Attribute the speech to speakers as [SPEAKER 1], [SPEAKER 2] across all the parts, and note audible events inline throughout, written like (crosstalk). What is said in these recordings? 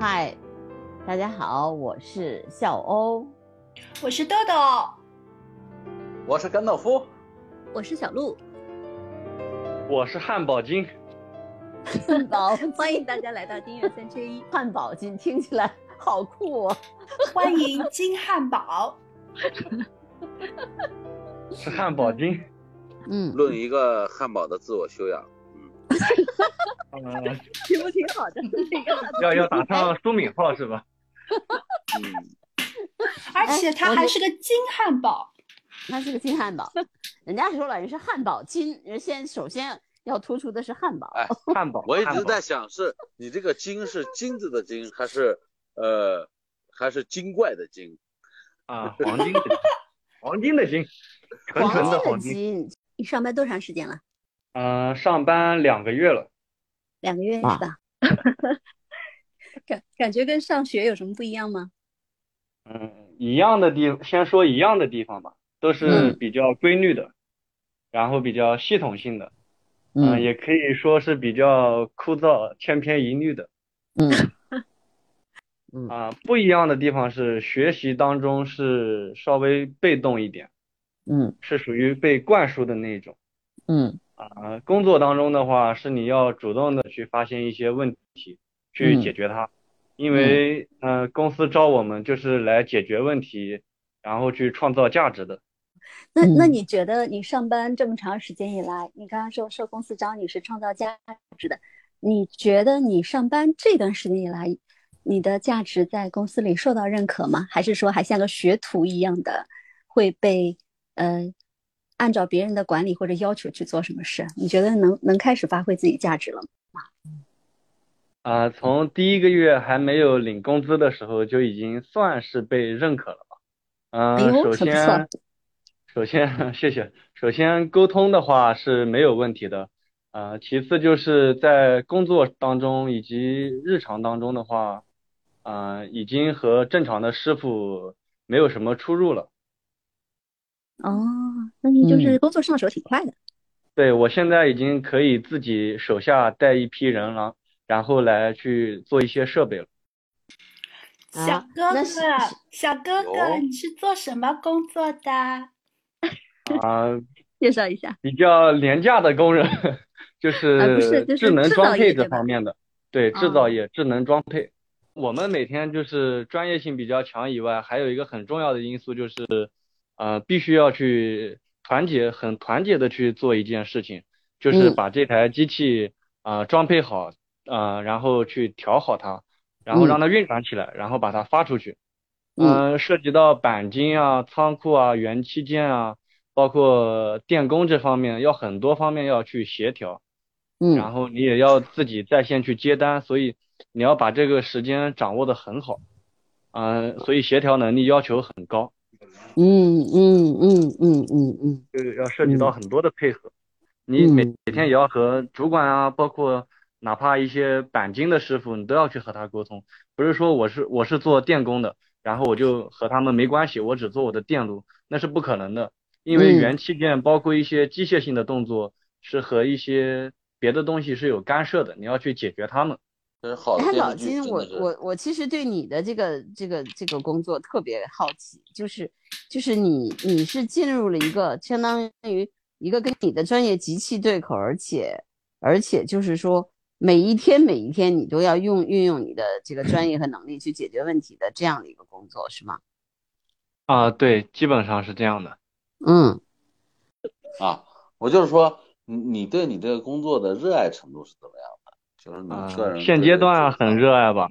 [SPEAKER 1] 嗨，大家好，我是笑欧，
[SPEAKER 2] 我是豆豆，
[SPEAKER 3] 我是甘道夫，
[SPEAKER 4] 我是小鹿，
[SPEAKER 5] 我是汉堡精。
[SPEAKER 4] (laughs)
[SPEAKER 1] 汉堡，
[SPEAKER 4] (laughs) 欢迎大家来到金源三缺一。
[SPEAKER 1] 汉堡金听起来好酷哦！
[SPEAKER 2] 欢迎金汉堡。
[SPEAKER 1] (laughs)
[SPEAKER 5] 是汉
[SPEAKER 1] (laughs)
[SPEAKER 5] 堡精。
[SPEAKER 1] 嗯，
[SPEAKER 3] 论一个汉堡的自我修养。
[SPEAKER 5] 嗯，
[SPEAKER 4] 题目挺好的，这个
[SPEAKER 5] 要要打上书名号是吧？
[SPEAKER 3] 嗯，
[SPEAKER 2] 而且
[SPEAKER 1] 哎
[SPEAKER 2] 它
[SPEAKER 1] 我
[SPEAKER 2] 还
[SPEAKER 1] 就是
[SPEAKER 2] 个金汉堡，
[SPEAKER 1] 那是个金汉堡，人家说了，人是汉堡金，人先首先要突出的是汉堡。
[SPEAKER 3] 哎
[SPEAKER 5] 汉堡，
[SPEAKER 3] 我一直
[SPEAKER 5] 汉堡
[SPEAKER 3] 在想，是你这个“金”是金子的“金”，还是呃，还是精怪的“精
[SPEAKER 5] 啊，黄
[SPEAKER 1] (laughs)
[SPEAKER 5] 金的金，黄金的金，纯纯的
[SPEAKER 1] 黄
[SPEAKER 5] 黄
[SPEAKER 1] 金
[SPEAKER 5] 金。
[SPEAKER 1] 的金，
[SPEAKER 4] (laughs) 你上班多长时间了？
[SPEAKER 5] 嗯、上班两个月了，
[SPEAKER 4] 两个月是
[SPEAKER 1] 哇
[SPEAKER 4] 吧？ (laughs) 感感觉跟上学有什么不一样吗？
[SPEAKER 5] 嗯，一样的地，先说一样的地方吧，都是
[SPEAKER 1] 嗯
[SPEAKER 5] 比较规律的，然后比较系统性的，嗯、
[SPEAKER 1] 嗯
[SPEAKER 5] 也可以说是比较枯燥、千篇一律的。
[SPEAKER 1] 嗯，
[SPEAKER 5] 啊、不一样的地方是学习当中是稍微被动一点，
[SPEAKER 1] 嗯
[SPEAKER 5] 是属于被灌输的那一种。
[SPEAKER 1] 嗯
[SPEAKER 5] 啊，工作当中的话，是你要主动的去发现一些问题，去解决它，因为呃，公司招我们就是来解决问题，然后去创造价值的。
[SPEAKER 4] 那那
[SPEAKER 1] 嗯
[SPEAKER 4] 你觉得你上班这么长时间以来，你刚刚说说公司招你是创造价值的，你觉得你上班这段时间以来，你的价值在公司里受到认可吗？还是说还像个学徒一样的会被呃按照别人的管理或者要求去做什么事？你觉得能能开始发挥自己价值了吗？
[SPEAKER 5] 啊、从第一个月还没有领工资的时候，就已经算是被认可了吧。嗯、
[SPEAKER 4] 哎呦
[SPEAKER 5] 首
[SPEAKER 4] 很不
[SPEAKER 5] 先
[SPEAKER 4] 错
[SPEAKER 5] 首先 (laughs) 谢谢，首先沟通的话是没有问题的。呃，其次就是在工作当中以及日常当中的话，呃，已经和正常的师傅没有什么出入了。
[SPEAKER 4] 哦，那你就是工作上手挺快的。
[SPEAKER 5] 对，我现在已经可以自己手下带一批人了，然后来去做一些设备了。
[SPEAKER 1] 啊
[SPEAKER 2] 小
[SPEAKER 1] 那
[SPEAKER 2] 哥哥
[SPEAKER 1] 是，
[SPEAKER 2] 小哥哥，
[SPEAKER 3] 哟
[SPEAKER 2] 你是做什么工作的？
[SPEAKER 5] 啊、
[SPEAKER 4] 介绍一下，
[SPEAKER 5] 比较廉价的工人，就
[SPEAKER 4] 啊不是
[SPEAKER 5] 是
[SPEAKER 4] 就是
[SPEAKER 5] 智能
[SPEAKER 4] 制造
[SPEAKER 5] 装配
[SPEAKER 4] 业
[SPEAKER 5] 这
[SPEAKER 4] 对吧
[SPEAKER 5] 方面的，对，制
[SPEAKER 4] 哦
[SPEAKER 5] 造业、智能装配。我们每天就是专业性比较强以外，还有一个很重要的因素就是，呃，必须要去团结，很团结的去做一件事情，就是
[SPEAKER 1] 嗯
[SPEAKER 5] 把这台机器啊、呃装配好，呃，然后去调好它，然后让它运转起来，然后把它发出去。
[SPEAKER 1] 嗯
[SPEAKER 5] 嗯，涉及到钣金啊、仓库啊、元器件啊，包括电工这方面，要很多方面要去协调，然
[SPEAKER 1] 嗯
[SPEAKER 5] 后你也要自己在线去接单，所以你要把这个时间掌握的很好，嗯，所以协调能力要求很高，
[SPEAKER 1] 嗯嗯嗯嗯嗯嗯
[SPEAKER 5] 就是要涉及到很多的配合，你每
[SPEAKER 1] 嗯
[SPEAKER 5] 每天也要和主管啊，包括哪怕一些钣金的师傅，你都要去和他沟通。不是说我是我是做电工的，然后我就和他们没关系，我只做我的电路，那是不可能的，因为
[SPEAKER 1] 嗯
[SPEAKER 5] 元器件包括一些机械性的动作是和一些别的东西是有干涉的，你要去解决它们。
[SPEAKER 3] 这是好的
[SPEAKER 4] 哎
[SPEAKER 1] 汉
[SPEAKER 3] 电
[SPEAKER 1] 堡
[SPEAKER 3] 视剧，
[SPEAKER 1] 哎金，
[SPEAKER 3] 真
[SPEAKER 1] 我
[SPEAKER 3] 的是
[SPEAKER 1] 我我其实对你的这个这个这个工作特别好奇，就是就是你你是进入了一个相当于一个跟你的专业极其对口，而且而且就是说每一天每一天你都要用运用你的这个专业和能力去解决问题的这样的一个工作，是吗？
[SPEAKER 5] 啊，对，基本上是这样的。
[SPEAKER 1] 嗯
[SPEAKER 3] 啊，我就是说，你你对你这个工作的热爱程度是怎么样的？就是
[SPEAKER 5] 啊，
[SPEAKER 3] 你个人
[SPEAKER 5] 现
[SPEAKER 3] 对
[SPEAKER 5] 阶段啊
[SPEAKER 3] 这个
[SPEAKER 5] 很热爱吧，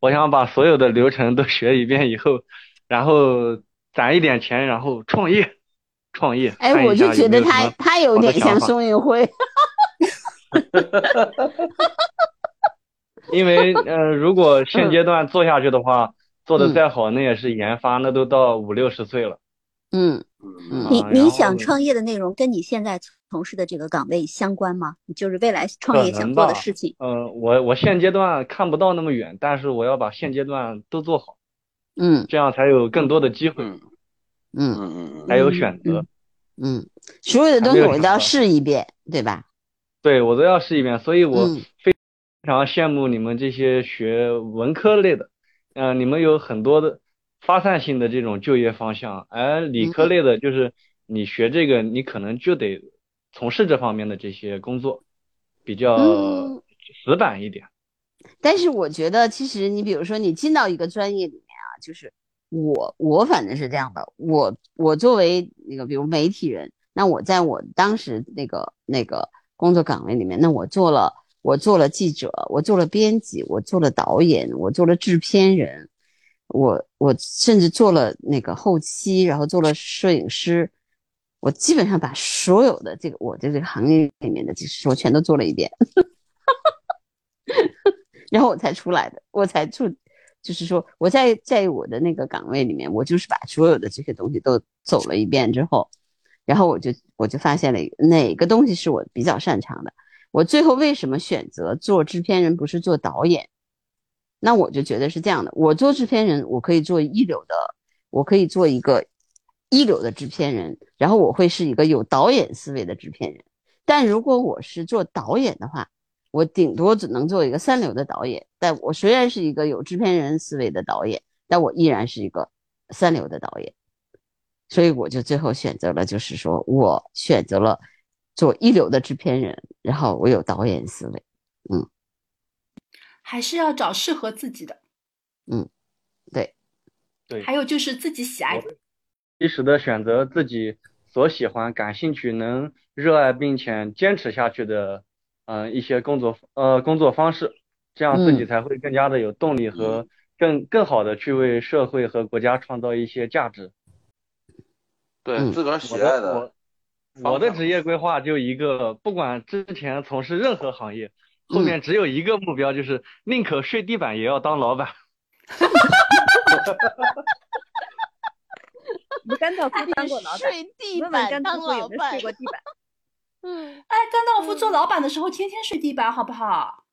[SPEAKER 5] 我想把所有的流程都学一遍以后，然后攒一点钱，然后创业，创业。
[SPEAKER 1] 哎，
[SPEAKER 5] 看一
[SPEAKER 1] 我就
[SPEAKER 5] 下有
[SPEAKER 1] 觉得
[SPEAKER 5] 没有
[SPEAKER 1] (laughs)
[SPEAKER 5] 什
[SPEAKER 1] 他
[SPEAKER 5] 么
[SPEAKER 1] 他有
[SPEAKER 5] 好的
[SPEAKER 1] 点
[SPEAKER 5] 想
[SPEAKER 1] 像
[SPEAKER 5] 法
[SPEAKER 1] 宋运辉， (laughs)
[SPEAKER 5] 因为呃，如果
[SPEAKER 1] 嗯
[SPEAKER 5] 现阶段做下去的话，做的再好，那也是研发，那都到五六十岁了。
[SPEAKER 1] 嗯
[SPEAKER 3] 嗯
[SPEAKER 4] 你
[SPEAKER 5] 啊然
[SPEAKER 4] 你
[SPEAKER 5] 后
[SPEAKER 4] 想创业的内容跟你现在从事的这个岗位相关吗？就是未来创
[SPEAKER 5] 可
[SPEAKER 4] 业想
[SPEAKER 5] 能
[SPEAKER 4] 做的
[SPEAKER 5] 吧
[SPEAKER 4] 事情。
[SPEAKER 5] 呃，我我现阶段看不到那么远，但是我要把现阶段都做好，
[SPEAKER 1] 嗯
[SPEAKER 5] 这样才有更多的机会，
[SPEAKER 3] 嗯
[SPEAKER 1] 嗯
[SPEAKER 3] 嗯嗯嗯，
[SPEAKER 5] 才有选择。
[SPEAKER 1] 嗯，所有的
[SPEAKER 5] 还
[SPEAKER 1] 东
[SPEAKER 5] 没
[SPEAKER 1] 西
[SPEAKER 5] 有
[SPEAKER 1] 我
[SPEAKER 5] 想
[SPEAKER 1] 都要
[SPEAKER 5] 到
[SPEAKER 1] 试一遍，对吧？
[SPEAKER 5] 对，我都要试一遍，所以我
[SPEAKER 1] 嗯
[SPEAKER 5] 常羡慕你们这些学文科类的，嗯、你们有很多的发散性的这种就业方向，而
[SPEAKER 1] 嗯
[SPEAKER 5] 理科类的，就是你学这个，你可能就得从事这方面的这些工作，比较
[SPEAKER 1] 嗯
[SPEAKER 5] 死板一点。
[SPEAKER 1] 但是我觉得，其实你比如说，你进到一个专业里面啊，就是我我反正是这样的，我我作为那个比如媒体人，那我在我当时那个那个工作岗位里面，那我做了我做了记者，我做了编辑，我做了导演，我做了制片人，我我甚至做了那个后期，然后做了摄影师，我基本上把所有的这个我这个行业里面的技术我全都做了一遍。然后我才出来的，我才出，就是说我在在我的那个岗位里面，我就是把所有的这些东西都走了一遍之后，然后我就我就发现了哪个东西是我比较擅长的。我最后为什么选择做制片人，不是做导演？那我就觉得是这样的，我做制片人，我可以做一流的，我可以做一个一流的制片人，然后我会是一个有导演思维的制片人。但如果我是做导演的话，我顶多只能做一个三流的导演，但我虽然是一个有制片人思维的导演，但我依然是一个三流的导演，所以我就最后选择了，就是说我选择了做一流的制片人，然后我有导演思维，
[SPEAKER 2] 还是要找适合自己的，
[SPEAKER 1] 嗯
[SPEAKER 5] 对，
[SPEAKER 2] 还有就是自己喜爱的。
[SPEAKER 5] 及时的选择自己所喜欢、感兴趣、能热爱并且坚持下去的，呃，一些工作呃工作方式，这样自己
[SPEAKER 1] 嗯
[SPEAKER 5] 才会更加的有动力
[SPEAKER 3] 嗯
[SPEAKER 5] 和更更好的去为社会和国家创造一些价值。
[SPEAKER 3] 对
[SPEAKER 1] 嗯
[SPEAKER 3] 自个儿
[SPEAKER 5] 我
[SPEAKER 3] 喜爱
[SPEAKER 5] 的
[SPEAKER 3] 的，
[SPEAKER 5] 我我的职业规划就一个，不管之前从事任何行业，后面只有一个目标，就是宁可睡地板也要当老板。
[SPEAKER 6] 你们甘道夫当过
[SPEAKER 1] (laughs)
[SPEAKER 6] 老板，
[SPEAKER 1] 睡地
[SPEAKER 6] 你问问
[SPEAKER 1] 板
[SPEAKER 6] 甘
[SPEAKER 1] 当
[SPEAKER 6] 道夫
[SPEAKER 1] 老
[SPEAKER 6] 有没有
[SPEAKER 1] 板
[SPEAKER 6] 睡，过地板？
[SPEAKER 1] 嗯
[SPEAKER 2] 哎，甘道夫做老板的时候，天天睡地板，好不好？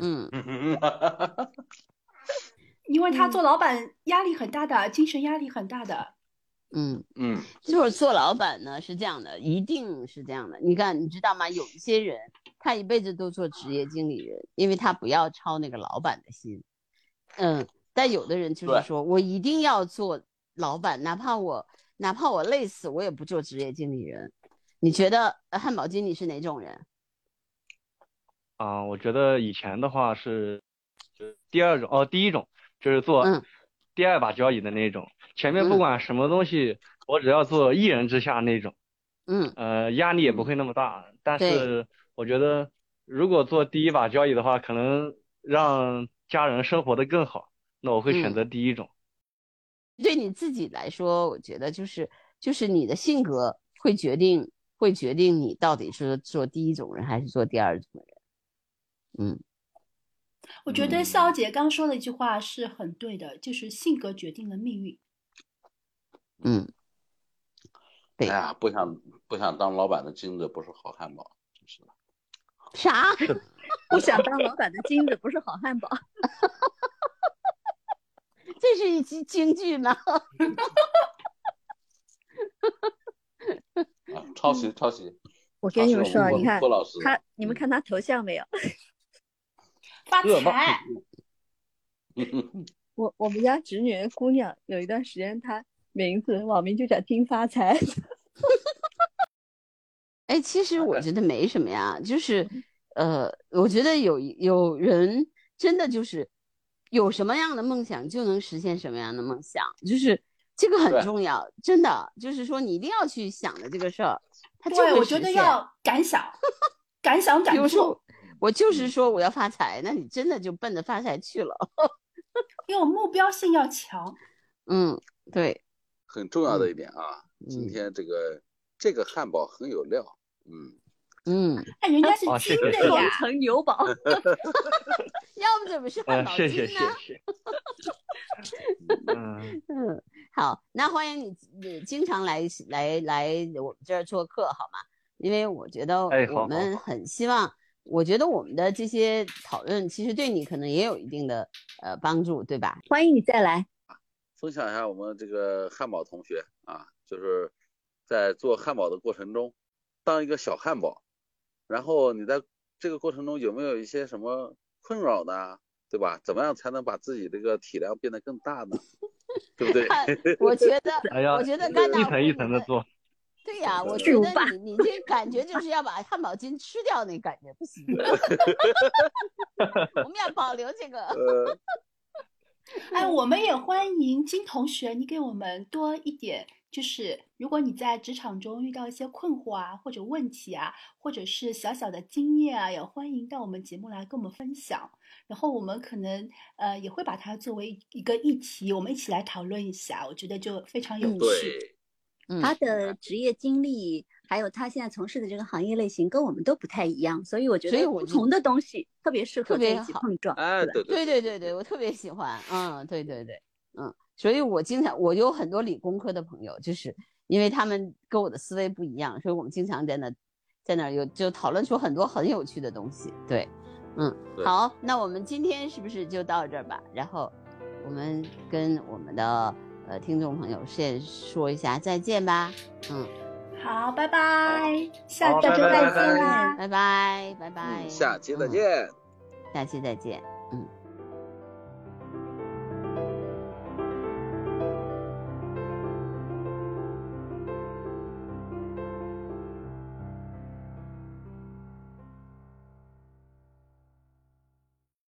[SPEAKER 1] 嗯，
[SPEAKER 2] 因为他做老板压力很大的，精神压力很大的。
[SPEAKER 1] 嗯，
[SPEAKER 3] (laughs) 嗯，
[SPEAKER 1] 就是做老板呢是这样的，一定是这样的。你看，你知道吗？有一些人他一辈子都做职业经理人，因为他不要操那个老板的心。嗯，但有的人就是
[SPEAKER 3] 对
[SPEAKER 1] 说我一定要做老板，哪怕我哪怕我累死，我也不做职业经理人。你觉得呃汉堡经理是哪种人？
[SPEAKER 5] 啊，我觉得以前的话是，就是第二种哦，第一种就是
[SPEAKER 1] 嗯
[SPEAKER 5] 做第二把交椅的那种，前面不
[SPEAKER 1] 嗯
[SPEAKER 5] 管什么东西，我只要做一人之下那种，
[SPEAKER 1] 嗯
[SPEAKER 5] 呃，压力也不
[SPEAKER 3] 嗯
[SPEAKER 5] 会那么大。但
[SPEAKER 1] 对
[SPEAKER 5] 是我觉得，如果做第一把交椅的话，可能让家人生活的更好，那我会选
[SPEAKER 1] 嗯
[SPEAKER 5] 择第一种。
[SPEAKER 1] 对你自己来说，我觉得就是就是你的性格会决定会决定你到底是做第一种人还是做第二种人。嗯
[SPEAKER 2] 我觉得
[SPEAKER 3] 嗯
[SPEAKER 2] 笑姐刚说的一句话是很对的，就是性格决定了命运。
[SPEAKER 1] 嗯，
[SPEAKER 3] 哎
[SPEAKER 1] 对，
[SPEAKER 3] 呀，不想不想当老板的金子不是好汉堡，真是的。
[SPEAKER 1] 啥？
[SPEAKER 4] 不想当老板的金子不是好汉堡。
[SPEAKER 1] 这是一集京剧吗？ (laughs)
[SPEAKER 3] 啊，抄袭抄袭！
[SPEAKER 4] 嗯我
[SPEAKER 3] 抄
[SPEAKER 4] 跟你
[SPEAKER 3] 袭
[SPEAKER 4] 们说，啊
[SPEAKER 3] 啊我郭
[SPEAKER 4] 你看
[SPEAKER 3] 郭老师， (laughs)
[SPEAKER 4] 他，你们看他头像没有？
[SPEAKER 2] 发
[SPEAKER 5] 恶霸
[SPEAKER 2] 财，
[SPEAKER 4] 我我们家侄女姑娘有一段时间，她名字网名就叫金发 (laughs) 财。
[SPEAKER 1] 哎，其实我觉得没什么呀，就是，呃，我觉得有有人真的就是有什么样的梦想就能实现什么样的梦想，就是这个很
[SPEAKER 3] 对
[SPEAKER 1] 重要，真的就是说你一定要去想的这个事儿，
[SPEAKER 5] 啊
[SPEAKER 1] 它就
[SPEAKER 2] 对，
[SPEAKER 1] 会
[SPEAKER 2] 我
[SPEAKER 1] 实
[SPEAKER 2] 觉得
[SPEAKER 1] 现。
[SPEAKER 2] 要敢想，敢想
[SPEAKER 1] 比如说
[SPEAKER 2] 敢做，，
[SPEAKER 1] 我就是
[SPEAKER 3] 嗯
[SPEAKER 1] 说我要发财，那你真的就奔着发财去了。
[SPEAKER 2] 因为目标性要强。
[SPEAKER 1] 嗯，对，
[SPEAKER 3] 很重要的一点啊，
[SPEAKER 1] 嗯
[SPEAKER 3] 今天这个这个汉堡很有料，嗯，
[SPEAKER 1] 嗯，
[SPEAKER 2] 哎，人家是
[SPEAKER 5] 哦谢
[SPEAKER 2] 金
[SPEAKER 5] 谢
[SPEAKER 2] 的
[SPEAKER 5] 谢
[SPEAKER 2] 呀
[SPEAKER 4] 双，层牛堡，
[SPEAKER 1] (laughs) 要不怎么呃是汉
[SPEAKER 5] 嗯，
[SPEAKER 1] 堡
[SPEAKER 5] 谢
[SPEAKER 1] 金
[SPEAKER 5] 谢
[SPEAKER 1] 呢？
[SPEAKER 5] 谢谢。嗯，
[SPEAKER 1] 嗯，好，那欢迎你，你经常来来来我们这儿做客好吗？因为我觉得
[SPEAKER 5] 哎好
[SPEAKER 1] 我
[SPEAKER 5] 好
[SPEAKER 1] 们
[SPEAKER 5] 好
[SPEAKER 1] 很希望，我觉得我们的这些讨论其实对你可能也有一定的呃帮助，对吧？
[SPEAKER 4] 欢迎你再来。
[SPEAKER 3] 分享一下我们这个汉堡同学啊，就是在做汉堡的过程中，当一个小汉堡，然后你在这个过程中有没有一些什么困扰呢？对吧？怎么样才能把自己这个体量变得更大呢？对
[SPEAKER 1] (laughs)
[SPEAKER 3] 不对？
[SPEAKER 1] 我觉
[SPEAKER 5] (laughs)
[SPEAKER 1] 得，
[SPEAKER 5] 哎呀
[SPEAKER 1] 我觉得甘导
[SPEAKER 5] 一层一层的做。
[SPEAKER 1] 对呀、我觉
[SPEAKER 4] 巨
[SPEAKER 1] 得
[SPEAKER 4] 无霸
[SPEAKER 1] 你你这感觉就是要把汉堡筋吃掉那感觉，不
[SPEAKER 5] (laughs)
[SPEAKER 1] 行。我们要保留这
[SPEAKER 3] (laughs)
[SPEAKER 1] 个，
[SPEAKER 3] 呃，
[SPEAKER 5] 嗯
[SPEAKER 2] 哎，我们也欢迎金同学，你给我们多一点，就是如果你在职场中遇到一些困惑啊，或者问题啊，或者是小小的经验啊，也欢迎到我们节目来跟我们分享。然后我们可能呃也会把它作为一个议题，我们一起来讨论一下，我觉得就非常有
[SPEAKER 4] 嗯
[SPEAKER 2] 趣。
[SPEAKER 3] 对，
[SPEAKER 1] 嗯
[SPEAKER 4] 他的职业经历，还有他现在从事的这个行业类型，跟我们都不太一样，所以我觉
[SPEAKER 1] 所以
[SPEAKER 4] 得
[SPEAKER 1] 我
[SPEAKER 4] 不
[SPEAKER 1] 就
[SPEAKER 4] 同的东西特别适合
[SPEAKER 1] 特别
[SPEAKER 4] 在一起
[SPEAKER 1] 好
[SPEAKER 4] 碰撞，
[SPEAKER 3] 哎，
[SPEAKER 4] 对吧？
[SPEAKER 3] 对
[SPEAKER 1] 对对对对，我特别喜欢，嗯，对对对，嗯，所以我经常我有很多理工科的朋友，就是因为他们跟我的思维不一样，所以我们经常在那在那儿有就讨论出很多很有趣的东西。对，嗯，
[SPEAKER 3] 对
[SPEAKER 1] 好，那我们今天是不是就到这儿吧？然后我们跟我们的呃听众朋友先说一下再见吧，嗯，
[SPEAKER 2] 好，拜拜，下
[SPEAKER 5] 好
[SPEAKER 2] 周
[SPEAKER 5] 拜
[SPEAKER 2] 再
[SPEAKER 5] 拜
[SPEAKER 2] 见啦。
[SPEAKER 1] 拜拜拜拜，
[SPEAKER 3] 嗯嗯，下期再
[SPEAKER 1] 嗯
[SPEAKER 3] 见。
[SPEAKER 1] 下期再见。